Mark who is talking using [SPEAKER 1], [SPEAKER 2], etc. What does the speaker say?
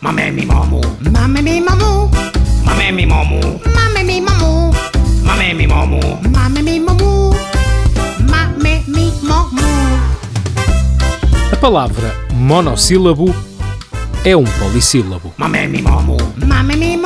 [SPEAKER 1] Mamé mi mamu,
[SPEAKER 2] Mamma mia mamu,
[SPEAKER 1] mamé mi mamu,
[SPEAKER 2] mamma mia mamu,
[SPEAKER 1] mamé mi mamu.
[SPEAKER 2] mamma mia mamu, mamma mia mamu.
[SPEAKER 3] A palavra monossílabo é um polissílabo.
[SPEAKER 1] Mamé mi mamu,
[SPEAKER 2] Mamma mia